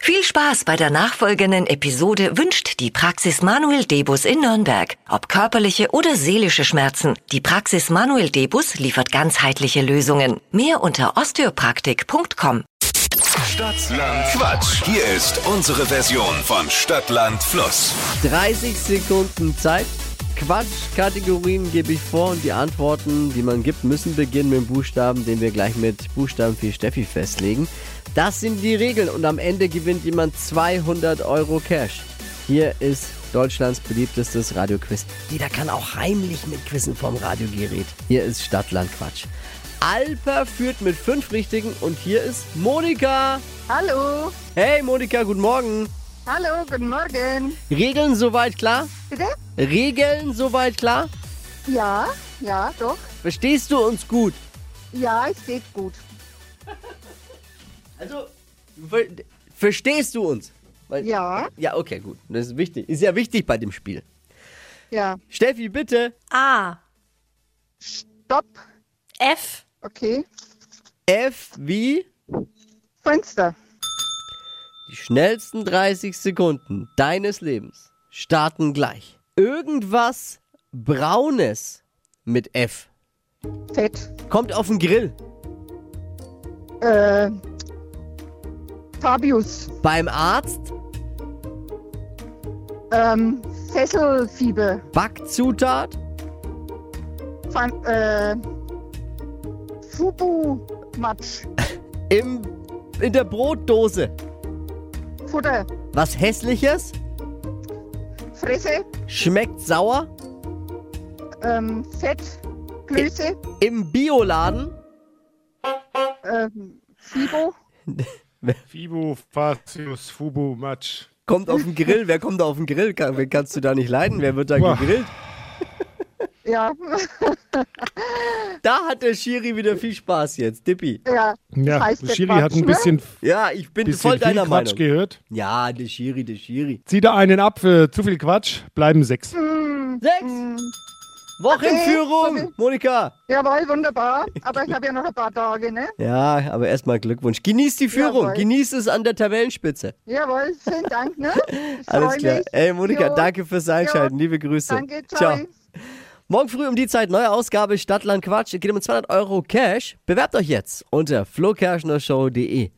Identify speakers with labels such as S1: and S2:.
S1: Viel Spaß bei der nachfolgenden Episode wünscht die Praxis Manuel Debus in Nürnberg. Ob körperliche oder seelische Schmerzen, die Praxis Manuel Debus liefert ganzheitliche Lösungen. Mehr unter osteopraktik.com.
S2: Stadtland Quatsch. Hier ist unsere Version von Stadtland Fluss.
S3: 30 Sekunden Zeit. Quatschkategorien gebe ich vor und die Antworten, die man gibt, müssen beginnen mit dem Buchstaben, den wir gleich mit Buchstaben für Steffi festlegen. Das sind die Regeln und am Ende gewinnt jemand 200 Euro Cash. Hier ist Deutschlands beliebtestes Radioquiz. Jeder kann auch heimlich mitquissen vom Radiogerät. Hier ist Stadtland Quatsch. Alper führt mit fünf Richtigen und hier ist Monika.
S4: Hallo.
S3: Hey Monika, guten Morgen.
S4: Hallo, guten Morgen.
S3: Regeln soweit klar?
S4: Bitte?
S3: Regeln soweit klar?
S4: Ja, ja, doch.
S3: Verstehst du uns gut?
S4: Ja, es geht gut.
S3: Also, ver verstehst du uns? Weil-
S4: Ja.
S3: Ja, okay, gut. Das ist wichtig. Ist ja wichtig bei dem Spiel.
S4: Ja.
S3: Steffi, bitte.
S5: A.
S4: Stopp.
S5: F.
S4: Okay.
S3: F wie
S4: Fenster.
S3: die schnellsten 30 Sekunden deines Lebens starten gleich. Irgendwas Braunes mit F
S4: Fett.
S3: kommt auf den Grill
S4: Äh, Fabius.
S3: beim Arzt,
S4: Ähm, Sesselfieber.
S3: Backzutat,
S4: Fan, äh, Fubu-Matsch.
S3: im, in der Brotdose.
S4: Futter.
S3: Was hässliches,
S4: Fresse.
S3: schmeckt sauer,
S4: Ähm, Fett. Klöße.
S3: im Bioladen.
S4: Ähm, Fibo.
S6: Fibo, Facius, Fubo, Matsch.
S3: Kommt auf den Grill. Wer kommt da auf den Grill? Kann, wen kannst du da nicht leiden? Wer wird da
S6: Boah.
S3: gegrillt?
S4: Ja.
S3: Da hat der Schiri wieder viel Spaß jetzt. Dippi.
S4: ja.
S6: Ja,
S4: Heißt der
S6: Schiri
S4: Quatsch,
S6: hat ein
S4: ne?
S6: bisschen,
S3: Ja, ich bin
S6: bisschen
S3: voll
S6: viel
S3: deiner
S6: Quatsch
S3: Meinung.
S6: gehört.
S3: Ja, der Schiri, der Schiri.
S6: Zieh da einen ab für zu viel Quatsch, bleiben sechs.
S3: Sechs. Wochenführung.
S4: Okay.
S3: Monika.
S4: Jawohl, wunderbar. Aber ich habe ja noch ein paar Tage, ne?
S3: Ja, aber erstmal Glückwunsch. Genieß die Führung.
S4: Jawohl.
S3: Genieß es an der Tabellenspitze.
S4: Jawohl, vielen Dank, ne? Ich
S3: Alles
S4: freu
S3: klar.
S4: mich.
S3: Ey, Monika,
S4: Jo,
S3: danke fürs Einschalten.
S4: Jo.
S3: Liebe Grüße.
S4: Danke, ciao.
S3: Morgen früh um die Zeit, neue Ausgabe Stadtland Quatsch. Geht um 200 Euro Cash. Bewerbt euch jetzt unter flokerschnershow.de.